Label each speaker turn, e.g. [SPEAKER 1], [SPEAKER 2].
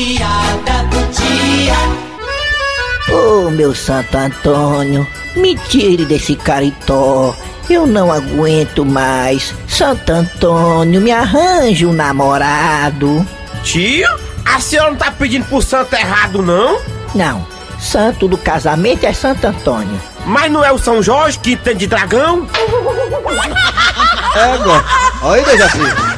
[SPEAKER 1] piada do dia.
[SPEAKER 2] Ô meu Santo Antônio, me tire desse caritó. Eu não aguento mais. Santo Antônio, me arranje um namorado.
[SPEAKER 3] Tia, a senhora não tá pedindo pro santo errado, não?
[SPEAKER 2] Não, santo do casamento é Santo Antônio.
[SPEAKER 3] Mas não é o São Jorge que tem de dragão?
[SPEAKER 4] Égua. Olha, Dejaci.